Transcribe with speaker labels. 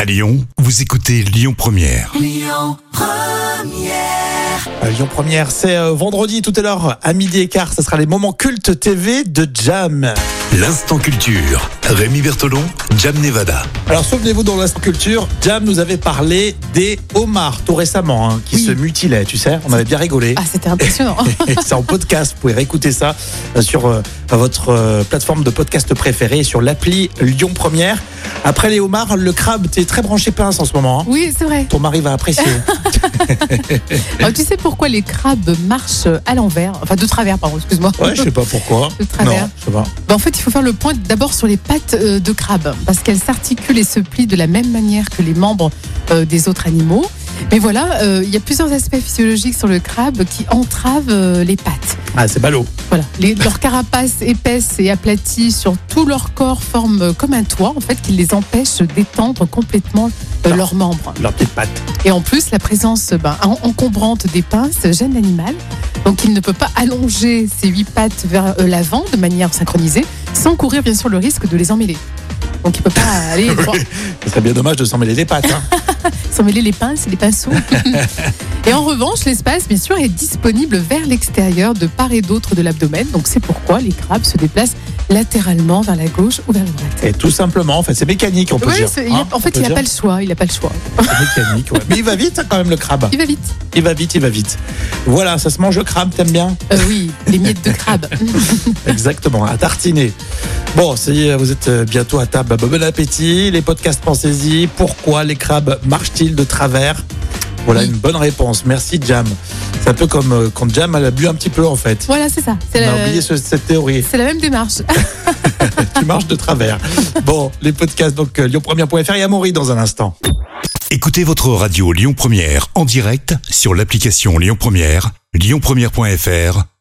Speaker 1: À Lyon, vous écoutez Lyon Première.
Speaker 2: Euh, Lyon Première, c'est euh, vendredi tout à l'heure à midi et quart. Ce sera les moments cultes TV de Jam.
Speaker 1: L'instant culture. Rémi Bertolon, Jam Nevada.
Speaker 2: Alors souvenez-vous dans l'instant culture, Jam nous avait parlé des homards tout récemment hein, qui
Speaker 3: Oui.
Speaker 2: se mutilaient. Tu sais, on avait bien rigolé.
Speaker 3: Ah, c'était impressionnant.
Speaker 2: Et c'est en podcast. Vous pouvez réécouter ça euh, sur euh, votre euh, plateforme de podcast préférée et sur l'appli Lyon Première. Après les homards, le crabe, t'es très branché pince en ce moment. hein.
Speaker 3: oui, c'est vrai.
Speaker 2: Ton mari va apprécier.
Speaker 3: Alors, tu sais pourquoi les crabes marchent à l'envers Enfin, de travers, pardon, excuse-moi.
Speaker 2: Ouais, je sais pas pourquoi.
Speaker 3: De travers.
Speaker 2: Non, je sais pas.
Speaker 3: Ben, en fait, il faut faire le point d'abord sur les pattes euh, de crabe, parce qu'elles s'articulent et se plient de la même manière que les membres euh, des autres animaux. Mais voilà, euh, il y a plusieurs aspects physiologiques sur le crabe qui entravent euh, les pattes.
Speaker 2: Ah, c'est ballot.
Speaker 3: Voilà, les, leur carapace épaisse et aplatie sur tout leur corps forme euh, comme un toit, en fait, qui les empêche d'étendre complètement euh,
Speaker 2: Ah.
Speaker 3: leurs membres.
Speaker 2: Leurs petites pattes.
Speaker 3: Et en plus, la présence ben, en- encombrante des pinces gêne l'animal. Donc il ne peut pas allonger ses huit pattes vers euh, l'avant de manière synchronisée, sans courir bien sûr le risque de les emmêler. Donc il ne peut pas aller droit,
Speaker 2: Ce serait bien dommage de s'en mêler des pattes. hein.
Speaker 3: s'emmêler les pinces et les pinceaux. et en revanche, l'espace bien sûr est disponible vers l'extérieur de part et d'autre de l'abdomen. Donc c'est pourquoi les crabes se déplacent latéralement vers la gauche ou vers la droite.
Speaker 2: Et tout simplement, en fait, c'est mécanique, on peut
Speaker 3: Oui,
Speaker 2: dire.
Speaker 3: c'est- il y a-
Speaker 2: hein,
Speaker 3: en
Speaker 2: on
Speaker 3: fait,
Speaker 2: peut
Speaker 3: il n'a
Speaker 2: dire.
Speaker 3: pas le choix. Il n'a pas le choix.
Speaker 2: C'est mécanique, ouais. Mais il va vite, hein, quand même, le crabe.
Speaker 3: Il va vite.
Speaker 2: Il va vite, il va vite. Voilà, ça se mange le crabe, t'aimes bien
Speaker 3: Euh, oui, les miettes de crabe.
Speaker 2: Exactement, à tartiner. Bon, ça y est, vous êtes euh, bientôt à table. Bah, Bon appétit. Les podcasts, pensez-y. Pourquoi les crabes marchent-ils de travers Voilà
Speaker 3: Oui.
Speaker 2: une bonne réponse. Merci, Jam. C'est un peu comme euh, quand Jam, elle a bu un petit peu, en fait.
Speaker 3: voilà, c'est ça.
Speaker 2: On
Speaker 3: C'est
Speaker 2: a
Speaker 3: la-
Speaker 2: oublié ce- cette théorie.
Speaker 3: C'est la même démarche.
Speaker 2: tu marches de travers. Bon, les podcasts, donc, euh, lyonpremière.fr et Amaury dans un instant.
Speaker 1: Écoutez votre radio Lyon Première en direct sur l'application Lyon Première, lyonpremière.fr